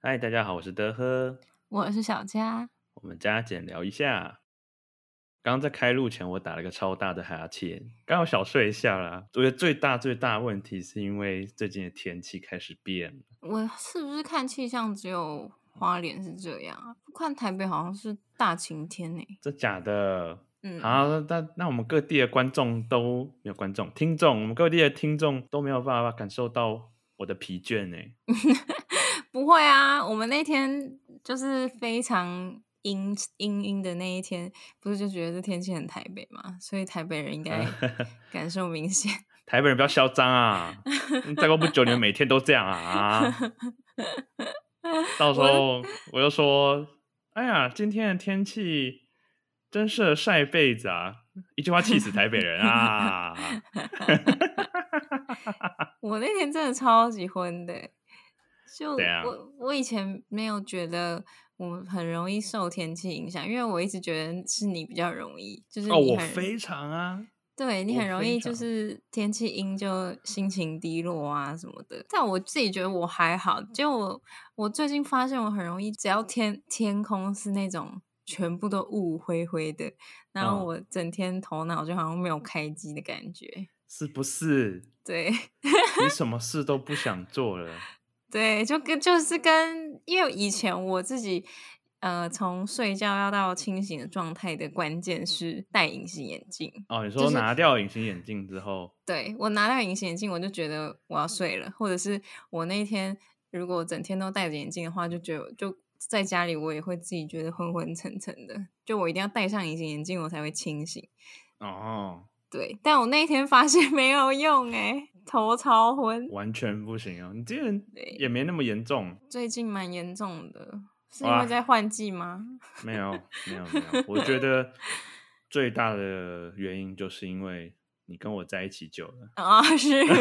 嗨，大家好，我是德呵，我是小佳。我们加减聊一下。刚刚在开录前，我打了个超大的哈欠，刚好小睡一下啦。我觉得最大最大的问题是因为最近的天气开始变了，我是不是看气象只有花莲是这样啊？看台北好像是大晴天呢、这假的。嗯，好，那那我们各地的观众都没有观众听众，我们各地的听众都没有办法感受到我的疲倦呢、 不会啊，我们那天就是非常阴阴阴的那一天，不是就觉得这天气很台北嘛，所以台北人应 该感受明显。台北人不要嚣张 啊！嗯再过不久你们每天都这样啊！啊到时候我就说，哎呀，今天的天气真适合晒被子啊！一句话气死台北人啊！ 我那天真的超级昏的欸，就怎样我我以前没有觉得我很容易受天气影响，因为我一直觉得是你比较容易，就是哦，你我很非常啊，对你我很容非易就常是天气阴就心情低落啊什么的。但我自己觉得我还好，就我我最近发现我很容易，只要天天空是那种全部都雾灰灰的，然嗯后我整天头脑就好像没有开机的感觉。是不是？对 你什么事都不想做了？对，就跟就是跟，因为以前我自己。呃，从睡觉要到清醒的状态的关键是戴隐形眼镜。哦，你就说是拿掉隐形眼镜之后，对我拿到隐形眼镜，我就觉得我要睡了，或者是我那一天如果整天都戴着眼镜的话，就觉得就在家里我也会自己觉得昏昏沉沉的，就我一定要戴上隐形眼镜我才会清醒。哦，对，但我那一天发现 没有用、欸，头超昏，完全不行哦！你这个人对也没那么严重，最近蛮严重的，是因哇为在换季吗？ 没有，没有，没有。我觉得最大的原因就是因为你跟我在一起久了。啊，是吗？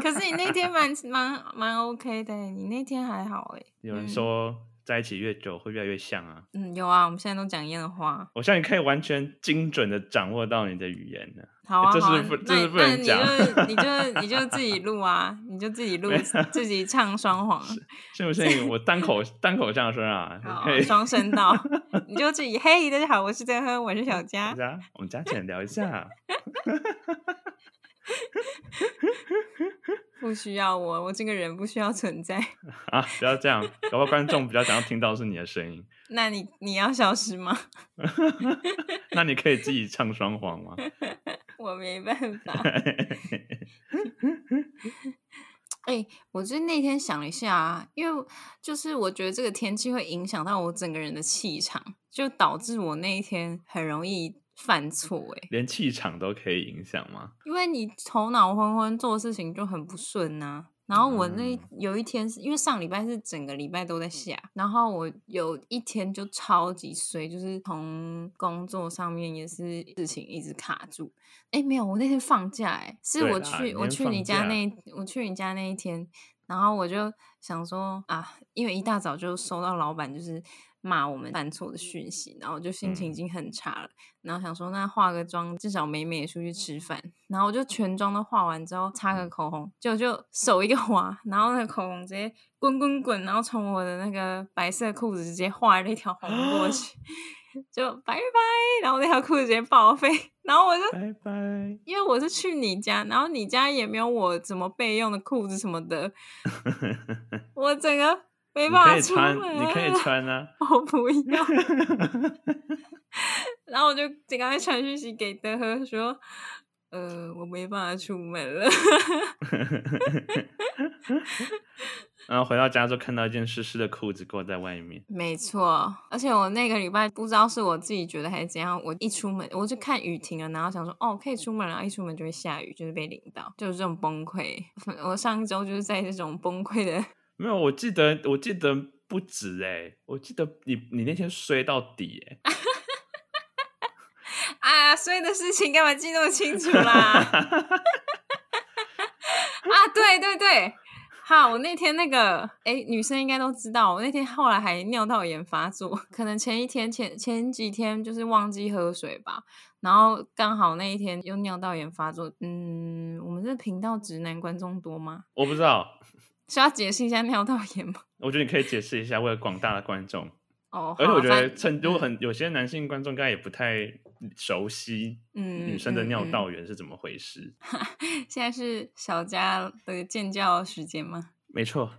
可是你那天蛮蛮蛮 OK 的欸、你那天还好哎、有人嗯说在一起越久会越来越像啊，嗯，有啊，我们现在都讲一样的话。我相信可以完全精准的掌握到你的语言呢。好啊，这是好啊不这那是不那能你讲就你就你就自己录啊，你就自己录没有，自己唱双簧，信不 信我单口单口相声啊？好可以。双声 道，你就自己嘿，大家好，我是郑亨，我是小大佳，家，我们加浅聊一下。不需要我，我这个人不需要存在。啊，不要这样，搞不好观众比较想要听到是你的声音。那你你要消失吗？ 那你可以自己唱双簧吗？ 我没办法。 哎、我就是那天想了一下、啊，因为就是我觉得这个天气会影响到我整个人的气场，就导致我那一天很容易犯错、欸。连气场都可以影响吗？因为你头脑昏昏，做事情就很不顺呐、然后我那嗯有一天是因为上礼拜是整个礼拜都在下，然后我有一天就超级衰，就是从工作上面也是事情一直卡住。哎，没有，我那天放假哎，是对我啦去你我那天去放你家假那我去你家那一天，然后我就想说啊，因为一大早就收到老板就是骂我们犯错的讯息，然后我就心嗯情已经很差了。然后想说，那化个妆，至少美美地出去吃饭。然后我就全妆都化完之后，擦嗯个口红，结果就手一个滑，然后那个口红直接滚滚滚，然后从我的那个白色裤子直接画了一条红 过去，就拜拜。然后那条裤子直接报废。 然后我就拜拜。因为我是去你家，然后你家也没有我怎么备用的裤子什么 的，我整个没你办可法以出穿，门啊。你可以穿啊。 我哦不要。然后我就刚刚传讯息给德和说，呃，我没办法出门了。 然后回到家之后看到一件湿湿的裤子挂在外面，没错，而且我那个礼拜不知道是我自己觉得还是怎样，我一出门我就看雨停了，然后想说哦可以出门了，然后一出门就会下雨，就是被淋到，就是这种崩溃。 我上一周就是在这种崩溃的，没有，我记得我记得不止哎、我记得你你那天睡到底哎、啊，所有的事情干嘛记那么清楚 啦？啊，对对对，好，我那天那个，哎，女生应该都知道，我那天后来还尿道炎发作，可能前一天前前几天就是忘记喝水吧，然后刚好那一天又尿道炎发作。嗯，我们这频道直男观众多吗？我不知道，需要解释一下尿道炎吗？我觉得你可以解释一下，为了广大的观众。哦，而且好啊我觉得反趁如果很有些男性观众应该也不太熟悉嗯女生的尿。嗯嗯道炎是怎么回 事。嗯现在是小佳的建教时间吗？没错，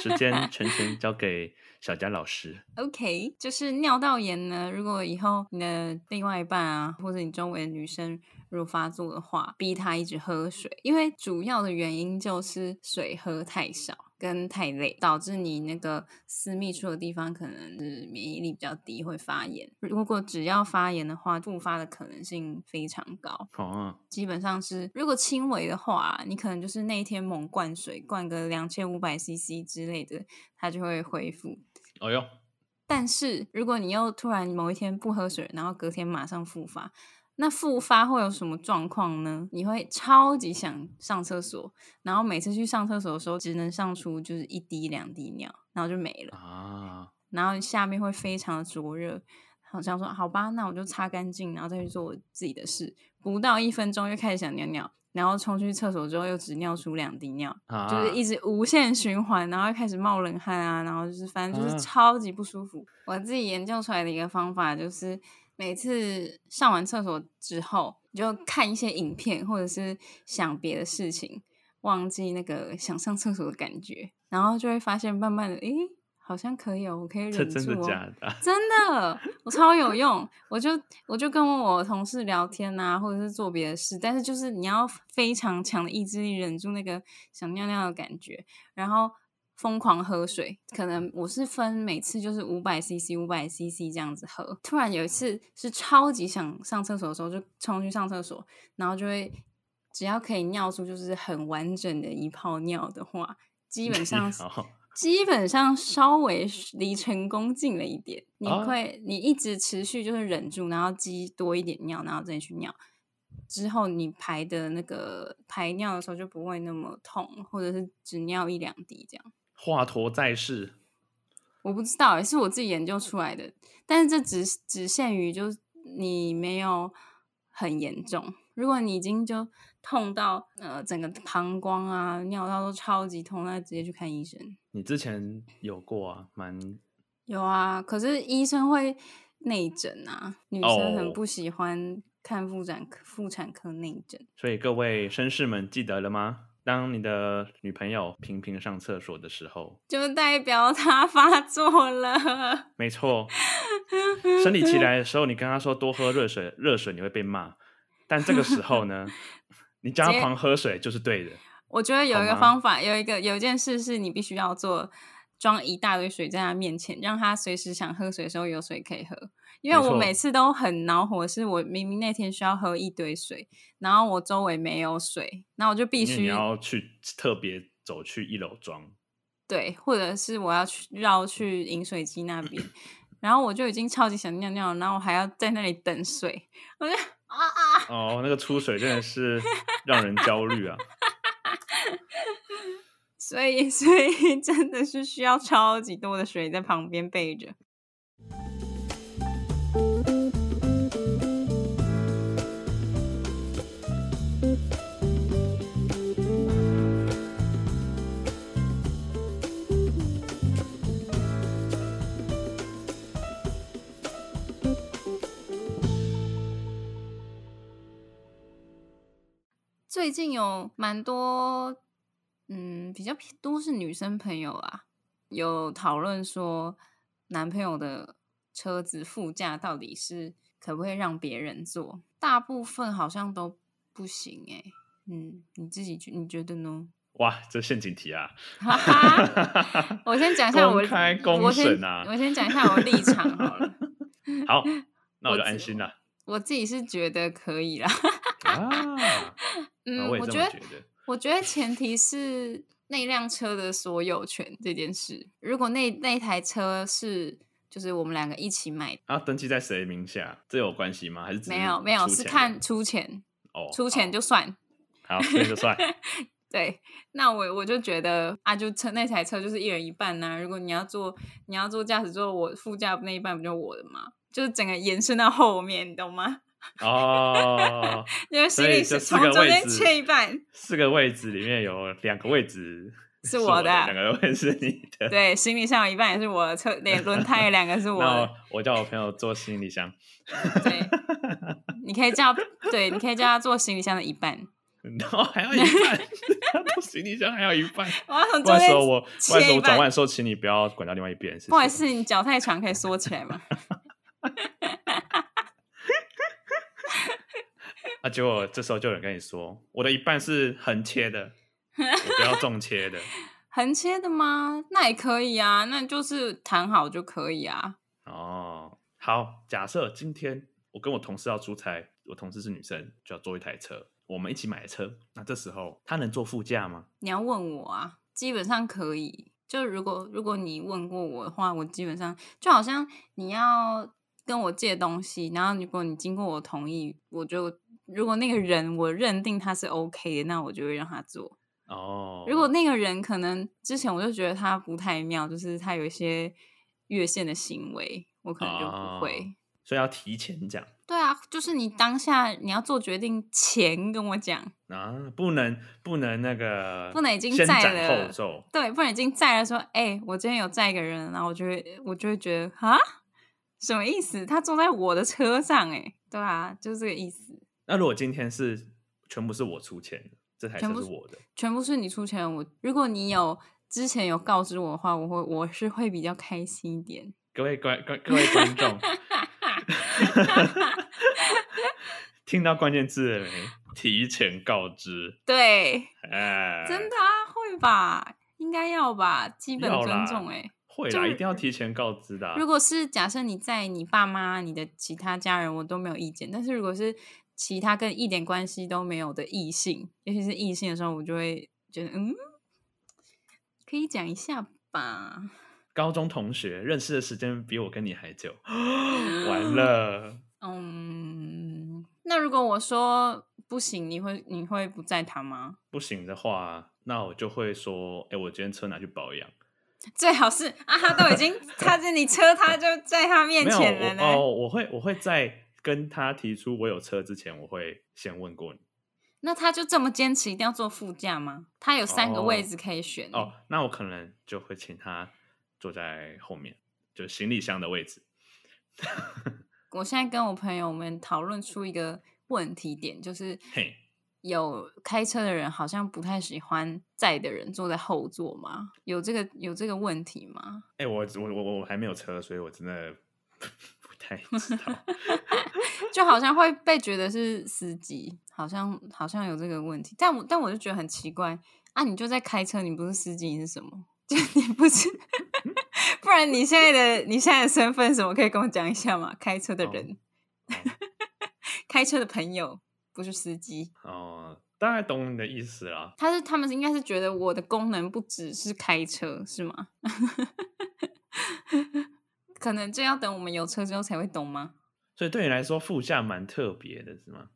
时间全权交给小佳老师。 OK，就是尿道炎呢。如果以后你的另外一半啊，或者你周围的女生如果发作的话，逼她一直喝水，因为主要的原因就是水喝太少跟太累，导致你那个私密处的地方可能是免疫力比较低，会发炎。如果只要发炎的话，复发的可能性非常高。哦，基本上是，如果轻微的话，啊你可能就是那一天猛灌水，灌个两千五百 CC 之类的，它就会恢复。哦哟，但是如果你又突然某一天不喝水，然后隔天马上复发，那复发会有什么状况呢？你会超级想上厕所，然后每次去上厕所的时候，只能上出就是一滴两滴尿，然后就没了，啊，然后下面会非常的灼热。好像说好吧，那我就擦干净，然后再去做我自己的事。不到一分钟又开始想尿尿，然后冲去厕所之后又只尿出两滴尿，啊就是一直无限循环，然后开始冒冷汗啊，然后就是反正就啊是超级不舒服。我自己研究出来的一个方法就是，每次上完厕所之后，你就看一些影片，或者是想别的事情，忘记那个想上厕所的感觉，然后就会发现慢慢的，诶，好像可以哦，我可以这忍真住的哦。假的 啊？真的，我超有用。我就我就跟我同事聊天啊，或者是做别的事，但是就是你要非常强的意志力忍住那个想尿尿的感觉，然后疯狂喝水。可能我是分每次就是五百 CC、五百 CC 这样子喝。突然有一次是超级想上厕所的时候，就冲去上厕所，然后就会只要可以尿出就是很完整的一泡尿的话，基本上是好基本上稍微离成功近了一点，你啊会、你一直持续就是忍住，然后积多一点尿，然后再去尿，之后你排的那个排尿的时候就不会那么痛，或者是只尿一两滴这样。华佗在世，我不知道欸，是我自己研究出来的，但是这只只限于就是你没有很严重。如果你已经就痛到呃整个膀胱啊、尿道都超级痛，那直接去看医生。你之前有过啊，蛮有啊，可是医生会内诊啊，女生哦很不喜欢看妇产科妇产科内诊。所以各位绅士们记得了吗？当你的女朋友频频上厕所的时候，就代表她 发作了，没 错，生理期来的时候，你跟她说多喝热水，热水你会被骂。但这个时候 呢，你叫她狂喝水就是对的。我觉得有一好个吗方法，有一个有一件事是你必须要做，装一大堆水在她面前，让她随时想喝水的时候有水可以喝。因为没我错每次都很恼火，是我明明那天需要喝一堆水，然后我周围没有水，那我就必因为你须要去特别走去一楼装，对，或者是我要去绕去饮水机那边，然后我就已经超级想尿尿了，然后我还要在那里等水，我就啊啊，哦，那个出水真的是让人焦虑啊！所以 所以真的是需要超级多的水在旁边备着。最近有蛮多，嗯，比较偏多是女生朋友啊，有讨论说男朋友的车子副驾到底是可不可以让别人坐，大部分好像都不行诶、嗯，你自己觉你觉得呢？ 哇，这陷阱题啊！哈哈， 我先讲一下我公开公我先审啊我先讲一下我立场好了， 好，那我我就自安心了我自己是觉得可以啦。 啊！嗯，我也我这觉么得觉得。我觉得前提是那辆车的所有权这件事。如果那那台车是就是我们两个一起买的，啊，登记在谁名下？这有关系吗？还是只是没有没有出是钱看出钱，哦，出钱好就算。好，那就算对，那我我就觉得啊，就车那台车就是一人一半呐、如果你要坐，你要坐驾驶座，我副驾那一半不就我的吗？就是整个延伸到后面，你懂吗？ 哦。因为所行以李这是四从个中位间置切一半，四个位置里面有两个位置是我的，两个都会是你的。对，行李箱有一半也是我的，车连轮胎有两个 是我那的我。我叫我朋友做行李箱， 对，你可以叫对，你可以叫他做行李箱的一半。嗯然后还要一半， 他做行李箱还要一 半。我要从不中然间时候哦我，不然时切候一我转半弯。的时候，请你不要管到另外一边。谢谢不好意，思，你脚太长，可以缩起来吗？ 啊，结果这时候就有人跟你说，我的一半是横切 的，我不要纵切的。横切的吗？那也可以啊，那就是谈好就可以啊。哦，好，假设今天我跟我同事要出差，我同事是女生，就要坐一台车，我们一起买车。那这时候她能坐副驾吗？你要问我啊，基本上可以。就如果如果你问过我的话，我基本上就好像你要跟我借东西，然后如果你经过我同意，我就如果那个人我认定他是 OK 的，那我就会让他做。哦，如果那个人可能之前我就觉得他不太妙，就是他有一些越线的行为，我可能就不会。哦所以要提前讲对啊，就是你当下你要做决定前跟我讲，啊，不能不能那个，不能已经先在斩了后奏。对，不然已经载了说，哎、我今天有载一个人，然后我就会我就会觉得啊，什么意思？他坐在我的车上、哎，对啊，就是这个意思。那如果今天是全部是我出钱，这台车全部是是我的，全部是你出钱，我如果你有之前有告知我的话，我会我是会比较开心一点。各位观观各位观 众，听到关键字了没？提前告知，对，哎，真的啊，会吧？应该要吧，基本要啦尊重、哎。会就啦，是一定要提前告知的啊、如果是假设你在你爸妈、你的其他家人，我都没有意见。但是如果是其他跟一点关系都没有的异性，尤其是异性的时候，我就会觉得嗯，可以讲一下吧。高中同学认识的时间比我跟你还 久，完了，嗯，那如果我说不行，你会你会不在他吗？ 不行的话，那我就会说，哎、我今天车拿去保养，最好是啊，他都已经他这你车，他就在他面没有前了呢。我哦，我会我会在跟他提出我有车之前，我会先问过你那他就这么坚持一定要坐副驾吗？他有三个哦位置可以选哦，那我可能就会请他坐在后面，就行李箱的位置。我现在跟我朋友们讨论出一个问题点，就是嘿，有开车的人好像不太喜欢载的人坐在后座吗？有这个有这个问题吗？哎、我我我我还没有车，所以我真的 不太知 道。就好像会被觉得是司机，好像好像有这个问题，但我但我就觉得很奇怪啊！你就在开车，你不是司机，你是什么？ 就你不是，不然你现在的你现在的身份是什么？可以跟我讲一下吗？开车的哦人， 开车的朋友，不是司机。哦哦，大概懂你的意思啦。他是他们应该是觉得我的功能不只是开车，是吗？ 可能这要等我们有车之后才会懂吗？所以对你来说，副驾蛮特别的，是吗？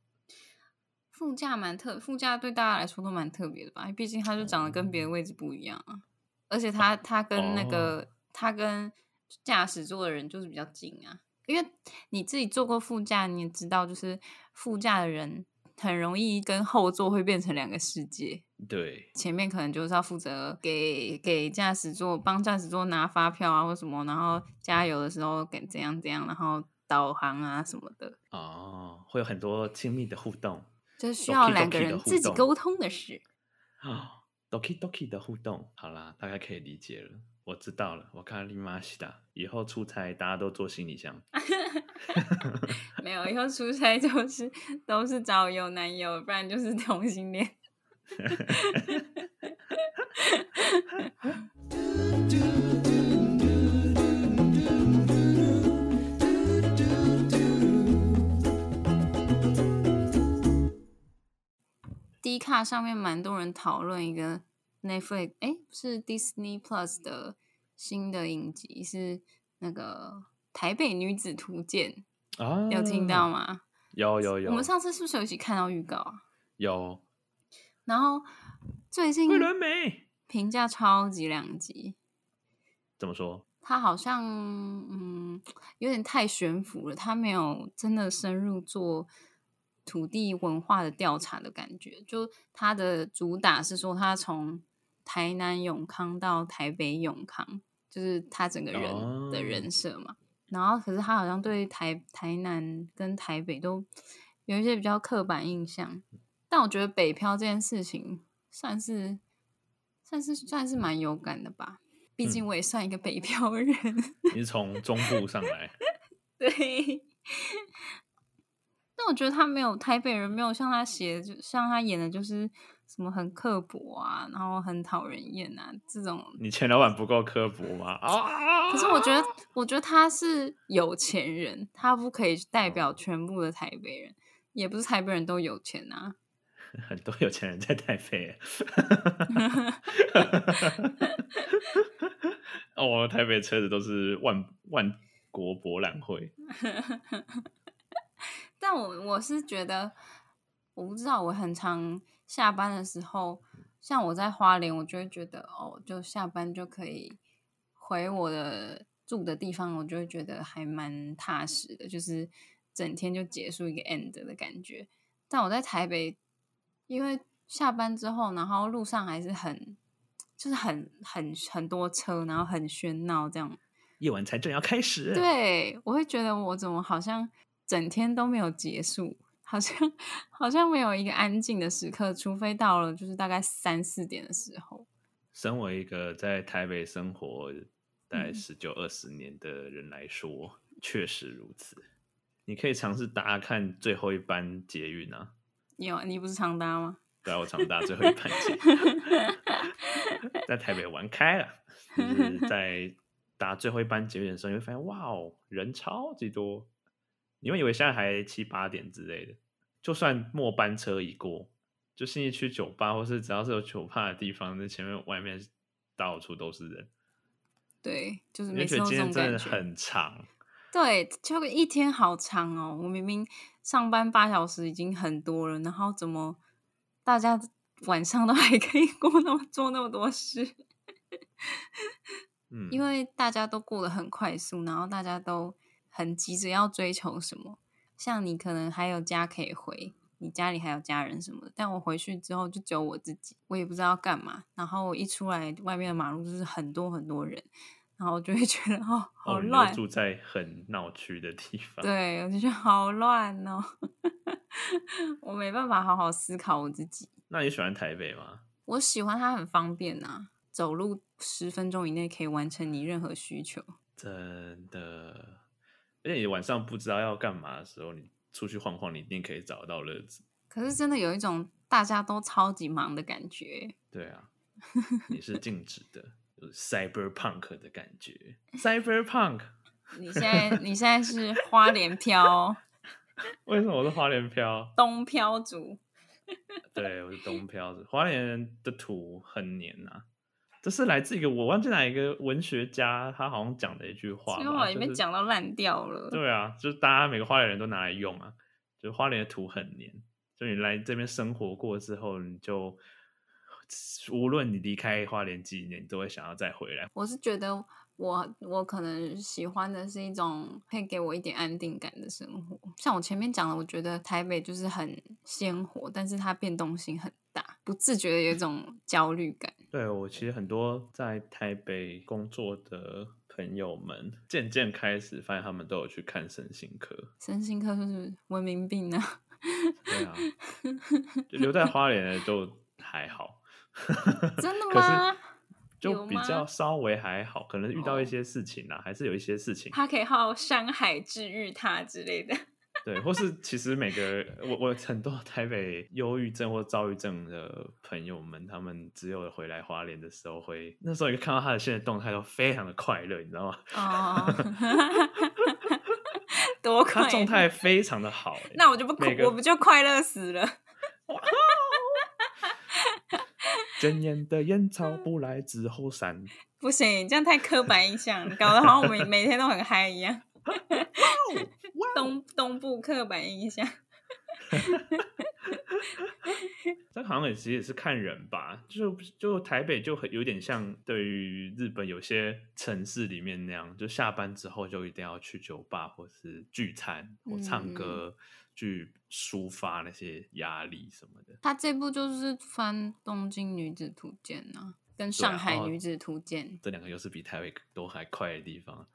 副驾蛮特，副驾对大家来说都蛮特别的吧？毕竟它就长得跟嗯别的位置不一样啊，而且哦它它跟那个它、跟驾驶座的人就是比较近啊，因为你自己坐过副驾，你也知道，就是副驾的人很容易跟后座会变成两个世界。对，前面可能就是要负责给给驾驶座帮驾驶座拿发票啊或什么，然后加油的时候给怎样怎样，然后导航啊什么的，哦，会有很多亲密的互动就是需要 Doki 两个 Doki 的人互自己动沟通的事。嗯啊、d o k i doki 的互动。好啦，大概可以理解了。我知道了，我看立马西达，以后出差大家都坐行李箱。没有，以后出差就是都是找有男友，不然就是同性恋。D 卡上面蛮多人讨论一个 Netflix，哎，是 Disney Plus 的新的影集，是那个《台北女子图鉴啊，》， 有听到？吗？有有有，我们上次是不是有一起看到预告啊？有然后最近桂纶镁评价超级两极，怎么说？它好像嗯有点太悬浮了，它没有真的深入做土地文化的调查的感觉。就它的主打是说，它从台南永康到台北永康，就是他整个人的人设嘛。然后，可是他好像对台台南跟台北都有一些比较刻板印象。但我觉得北漂这件事情算是算是算是蛮有感的吧，毕竟我也算一个北 漂人。你是从中部上来，对。但我觉得他没有台北人没有像他写的，就像他演的，就是什么很刻薄啊，然后很讨人厌啊这种。你前老板不够刻薄吗？啊！可是我觉得，我觉得他是有钱人，他不可以代表全部的台北人，也不是台北人都有钱啊。很多有钱人在台北，哦，台北车子都是万万国博览会，但我我是觉得，我不知道，我很常下班的时候，像我在花莲，我就会觉得哦，就下班就可以回我的住的地方，我就会觉得还蛮踏实的，就是整天就结束一个 end 的感觉。但我在台北，因为下班之后，然后路上还是很，就是很很很多车，然后很喧闹这样。夜晚才正要开 始。，对，我会觉得我怎么好像整天都没有结束，好像好像没有一个安静的时刻，除非到了就是大概三四点的时候。身为一个在台北生活大概嗯十九二十年的人来说，确实如此。你可以尝试搭看最后一班捷运啊，你有你不是常搭吗？对啊，我常搭最后一班捷运， 在台北玩开了， 就是在搭最后一班捷运的时候，你会发现哇哦，人超级多，你会以为现在还七八点之类的，就算末班车已过，就信义区酒吧或是只要是有酒吧的地方，那前面外面到处都是人，对，就是你就每次觉得都今这天种真感的觉。很长，对，就一天好长哦。我明明上班八小时已经很多了，然后怎么大家晚上都还可以 过那么做那么多事？嗯，因为大家都过得很快速，然后大家都很急着要追求什么。像你可能还有家可以回，你家里还有家人什么的，但我回去之后就只有我自己，我也不知道要干嘛。然后我一出来，外面的马路就是很多很多人，然后我就会觉得哦，好哦，你乱又，住在很闹区的地方，对我就觉得好乱哦， 我没办法好好思考我自己。那你喜欢台北吗？我喜欢它很方便啊，走路十分钟以内可以完成你任何需求。真的，而且你晚上不知道要干嘛的时候，你出去晃晃，你一定可以找到乐子。可是真的有一种大家都超级忙的感觉。对啊，你是静止的，就是 cyberpunk 的感觉。cyberpunk 你现在你现在是花莲漂为什么我是花莲漂？东漂族，对，我是东漂子。花莲的土很黏啊，这是来自一个我忘记哪一个文学家，他好像讲的一句话因为吧，我里就面是讲到烂掉 了。对啊，就是大家每个花莲人都拿来用啊，就是花莲的土很黏，就你来这边生活过之后，你就无论你离开花莲几年，你都会想要再回来。我是觉得我我可能喜欢的是一种可以给我一点安定感的生活。像我前面讲的，我觉得台北就是很鲜活，但是它变动性很大，不自觉的有一种焦虑感。对我其实很多在台北工作的朋友们，渐渐开始发现他们都有去看身心科。身心科就是文明病啊。 对 啊，就留在花莲的就还好。真的 可是吗就有比吗较稍微还好，可能遇到一哦些事情啦，还是有一些事情它可以靠山海治愈它之类的。对，或是其实每个我我很多台北忧郁症或躁郁症的朋友们，他们只有回来花莲的时候会，那时候一看到他的现在动态都非常的快乐，你知道吗？哦， 多快他乐！状态非常的好、欸， 那我就不每个我不就快乐死了？鲜艳的烟草不来之后 散，不行，这样太刻板印象了，搞得好像我们每天都很嗨 一样。东东部刻板印象，这好像也其实也是看人吧，就就台北就很有点像对于日本有些城市里面那样，就下班之后就一定要去酒吧或是聚餐或唱嗯歌、去抒发那些压力什么的。他这部就是翻《东京女子图鉴》啊，跟《上海哦女子图鉴》这两个又是比台北都还快的地方。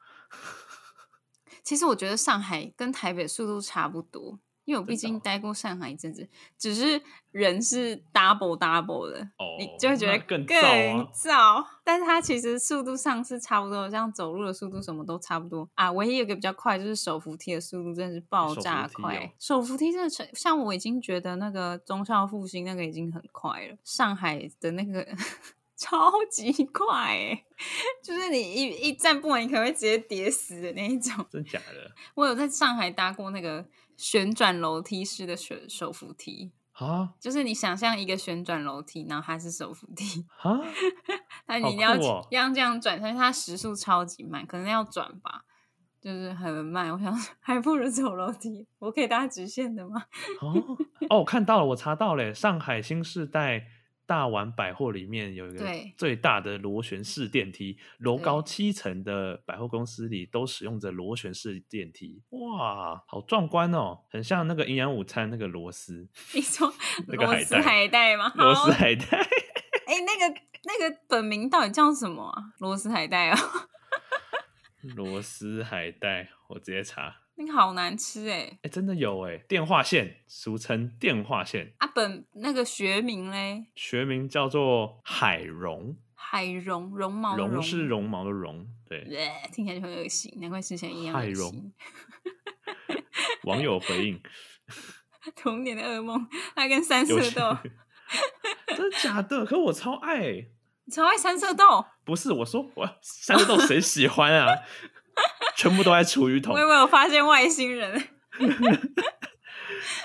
其实我觉得上海跟台北速度差不多，因为我毕真的竟哦待过上海一阵子，只是人是 double double 的，哦，你就会觉得那更更燥啊！燥但是它其实速度上是差不多的，像走路的速度什么都差不多啊。唯一有一个比较快就是手扶梯的速度真的是爆哦炸快，手扶梯真的成像我已经觉得那个中校复兴那个已经很快了，上海的那个 超级快、欸，就是你一一站不稳，你可能会直接跌死的那一种。真假的我有在上海搭过那个旋转楼梯式的手手扶梯，啊就是你想象一个旋转楼梯，然后它是手扶梯，啊！那好你一定要、酷哦要这样转，但是它时速超级慢，可能要转吧，就是很慢。我想说还不如走楼梯，我可以搭直线的吗？ 哦哦，我看到了，我查到了，上海新世代大丸百货里面有一个对最大的螺旋式电梯，楼高对七层的百货公司里都使用着螺旋式电梯，哇，好壮观哦，很像那个营养午餐那个螺丝，你说 那个螺海丝带海带吗？ 螺好丝海带。哎、那个那个本名到底叫什么啊？螺丝海带哦， 螺丝海带，我直接查。那个好难吃哎、哎、真的有哎、电话线，俗称电话线，啊本那个学名嘞，学名叫做海茸，海茸绒毛的茸茸是绒毛的茸。对，呃听起来就很恶心，难怪之前一样海恶茸心。 网友回应，童年的噩梦，它跟三色有 趣 豆，真的假的？可我超爱、欸，你超爱三色豆。不是我说我三色豆谁喜欢啊？ 全部都在厨余桶我，有没有发现外星人？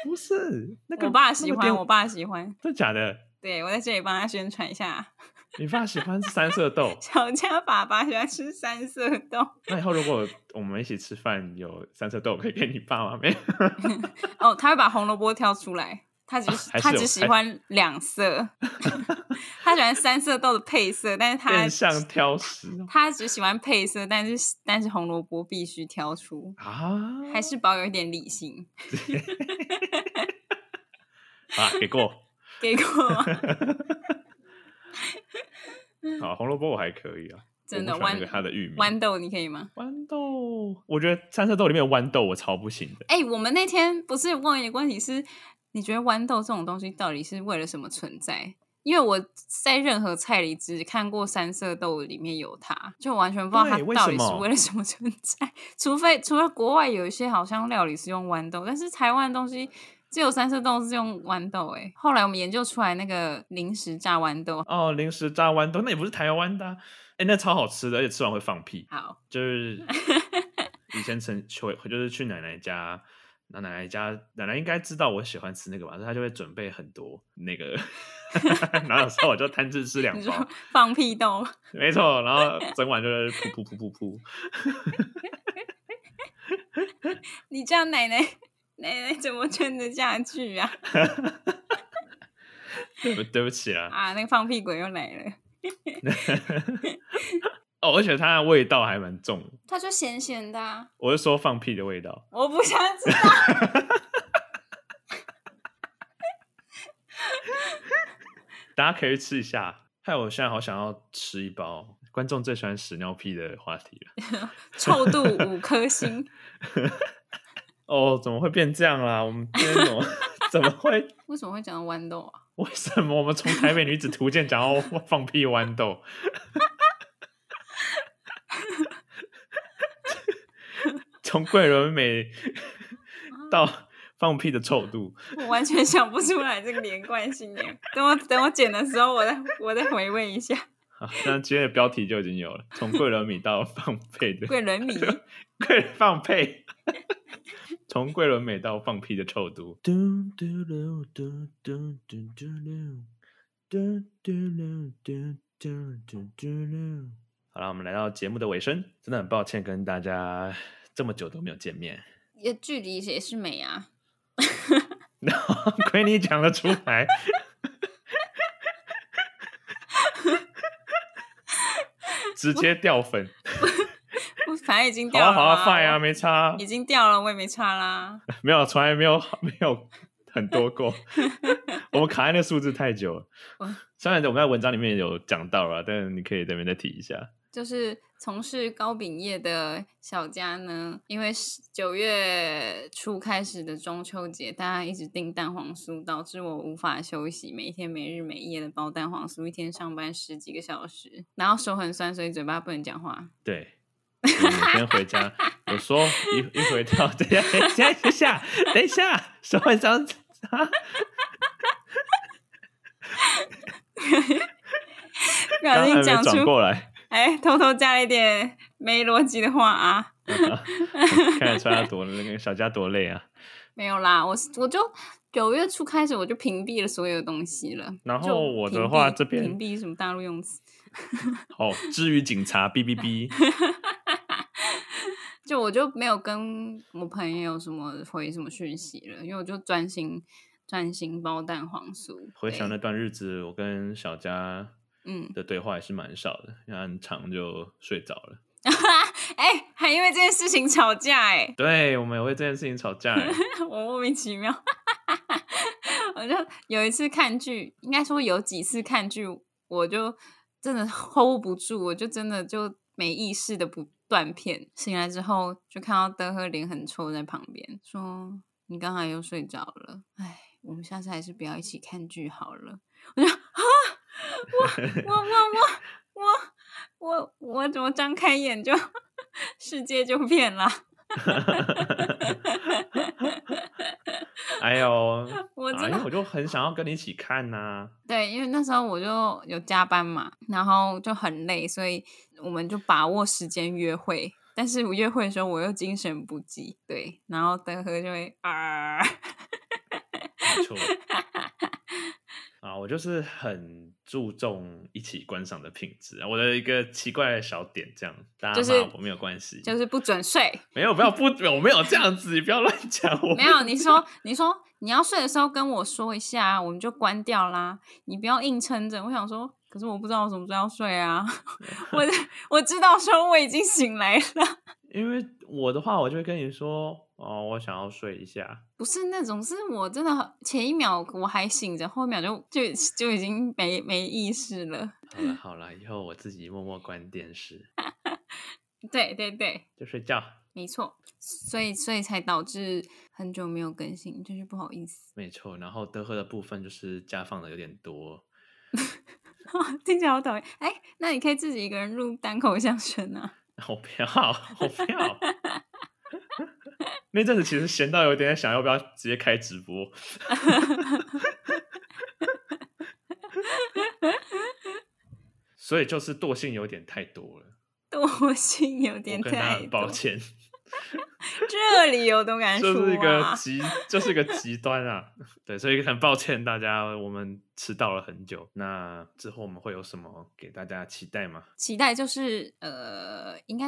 不是那个我爸喜那个欢，电我爸喜欢。真的假的？对我在这里帮他宣传一下，，你爸喜欢三色豆小家爸爸喜欢吃三色豆。那以后如果我们一起吃饭有三色豆，我可以给你爸 吗？没有，哦，他会把红萝卜挑出来，他只、啊还是他有只喜欢两色， 他喜欢三色豆的配色，但是他变相挑食 哦他只喜欢配色，但是但是红萝卜必须挑出，啊，还是保有一点理性。啊，给 过。给过吗？啊，红萝卜我还可以啊，真的我不喜欢那豌个它的玉米豌豆你可以吗？豌豆，我觉得三色豆里面有豌豆我超不行的。哎、我们那天不是问一个问题是，你觉得豌豆这种东西到底是为了什么存在？因为我在任何菜里只看过三色豆里面有它，就完全不知道它对为到什底么是为了什么存在。 除非除了国外有一些好像料理是用豌豆，但是台湾的东西只有三色豆是用豌豆、欸。哎，后来我们研究出来那个零食炸豌豆，哦，零食炸豌豆那也不是台湾的、啊，哎、那超好吃的，而且吃完会放屁。好，就是 以前曾去，就是去奶奶家，那奶奶家奶奶应该知道我喜欢吃那个吧，所以她就会准备很多那 个，然后有时候我就贪吃吃两你说包， 放屁豆，没错，然后整晚就是噗噗噗噗噗，你这样奶奶奶奶怎么撑得下去啊？对不对不起啦，啊，那个放屁鬼又来了。哦，而且它的味道还蛮重的，它就咸咸的、啊，我是说放屁的味道。我不想知道。 大家可以去吃一下。害我现在好想要吃一包。观众最喜欢屎尿屁的话题了。臭度五颗星，哦，怎么会变这样啦？我们今天怎么怎么会？为什么会讲到豌豆啊？为什么我们从台北女子图鉴讲到放屁豌豆？ 从桂纶镁到放屁的臭度，我完全想不出来这个连贯性耶。等我等我剪的时候，我再我再回味一下。好，那今天的标题就已经有了，从桂纶镁到放屁的桂纶镁，贵放屁， 从桂纶镁到放屁的臭毒。嘟嘟噜嘟嘟嘟嘟噜，嘟嘟噜嘟嘟嘟嘟噜。好了，我们来到节目的尾声，真的很抱歉跟大家这么久都没有见面， 也距离也是美啊。然后亏你讲了出来。 直接掉粉，我反正已经好 掉啊了好嘛啊，fine 啊，没差啊，已经掉了，我也没差啦。没有，从来没有没有很多 过，我们卡在那个数字太久了哇。虽然我们在文章里面有讲到了，但你可以这边再提一下。就是从事糕饼业的小家呢，因为是九月初开始的中秋节，大家一直订蛋黄酥，导致我无法休息，每天没日没夜的包蛋黄酥，一天上班十几个小时，然后手很酸，所以嘴巴不能讲话。对，所以你先回 家。我说一一回到等一下，等一下，等一下，等一下，手很脏啊！不刚刚小还心没讲转出，过来，哎，偷偷加了一点没逻辑的话啊。看得出来多那个小家多累啊。没有啦，我是我就九月初开始我就屏蔽了所有东西了。然就后我的屏话，蔽这边屏蔽什么大陆用词？哦，至于警察哔哔哔，就我就没有跟我朋友什么回什么讯息了，因为我就专心专心包蛋黄酥。回想对那段日子，我跟小佳嗯， 的对话也是蛮少的，因为他很长就睡着了。哎、还因为这件事情吵架哎、对，我们也为这件事情吵架欸。我莫名其妙。 我就有一次看剧，应该说有几次看剧，我就真的 hold 不住，我就真的就没意识的不断片。醒来之后，就看到德赫脸很臭在旁边，说：“你刚才又睡着了，哎，我们下次还是不要一起看剧好了。”我就啊，我我我我我我我怎么张开眼就 世界就变了？哎呦， 我哎真的呦，我就很想要跟你一起看呐、对，因为那时候我就有加班嘛，然后就很累，所以我们就把握时间约会。但是我约会的时候我又精神不济，对，然后德和就会啊， 没错。啊，我就是很注重一起观赏的品质啊，我的一个奇怪的小点，这样大家就是骂我没有关系，就是不准睡。没有不要不，我没有这样子，你不要乱讲我。没有，你说你说你要睡的时候跟我说一下，啊我们就关掉啦，你不要硬撑着。我想说，可是我不知道我什么时候要睡啊， 我我知道说我已经醒来了。 因为我的话，我就会跟你说，哦，我想要睡一下。不是那种，是我真的很前一秒我还醒着，后一秒就就就已经没没意识了。好了好了，以后我自己默默关电视，对对对，就睡觉。没错，所以所以才导致很久没有更新，真是不好意思， 没错，然后德赫的部分就是加放的有点多， 听起来好讨厌。哎，那你可以自己一个人录单口相声啊。 我不要，我不要。那阵子其实闲到有点想要不要直接开直播，所以就是惰性有点太多了，惰性有点我跟大家太很抱多，歉，这里有 都敢说、啊，就是一个极，就是一个极端啊。对，所以很抱歉大家，我们迟到了很久。那之后我们会有什么给大家期待吗？期待，就是呃，应该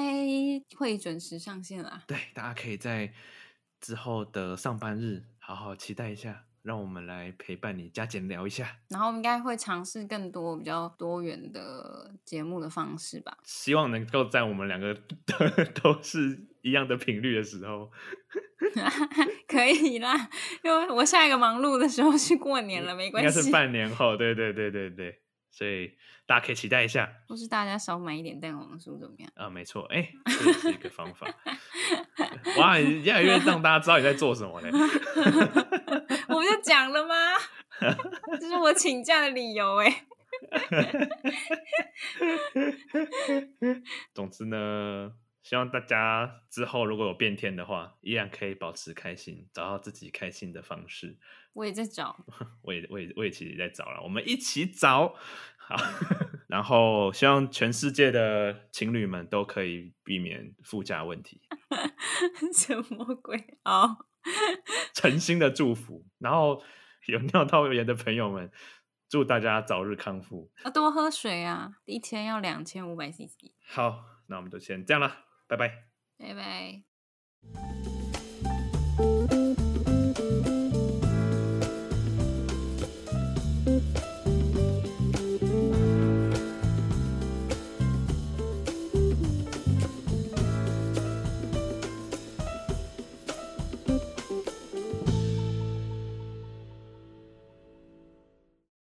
会准时上线啦。对，大家可以在之后的上班日好好期待一下，让我们来陪伴你加减聊一下。然后应该会尝试更多比较多元的节目的方式吧。 希望能够在我们两个 都是一样的频率的时候，可以啦，因为我下一个忙碌的时候是过年了，没应该关是系。半年后。对对对对对，所以大家可以期待一下或是大家少买一点蛋黄酥怎么样？啊，没错，哎，这也是一个方法。 哇，越来越让大家知道你在做什么嘞。我不就讲了吗？ 这是我请假的理由哎、总之呢，希望大家之后如果有变天的话，依然可以保持开心，找到自己开心的方式。我也在找， 我也我也我也其实在找了，我们一起找。好， 然后希望全世界的情侣们都可以避免附加问题， 什么鬼？哦，诚心的祝福。然后有尿道炎的朋友们，祝大家早日康复。要多喝水啊，一天要两千五百 CC。好，那我们就先这样了，拜拜。拜拜。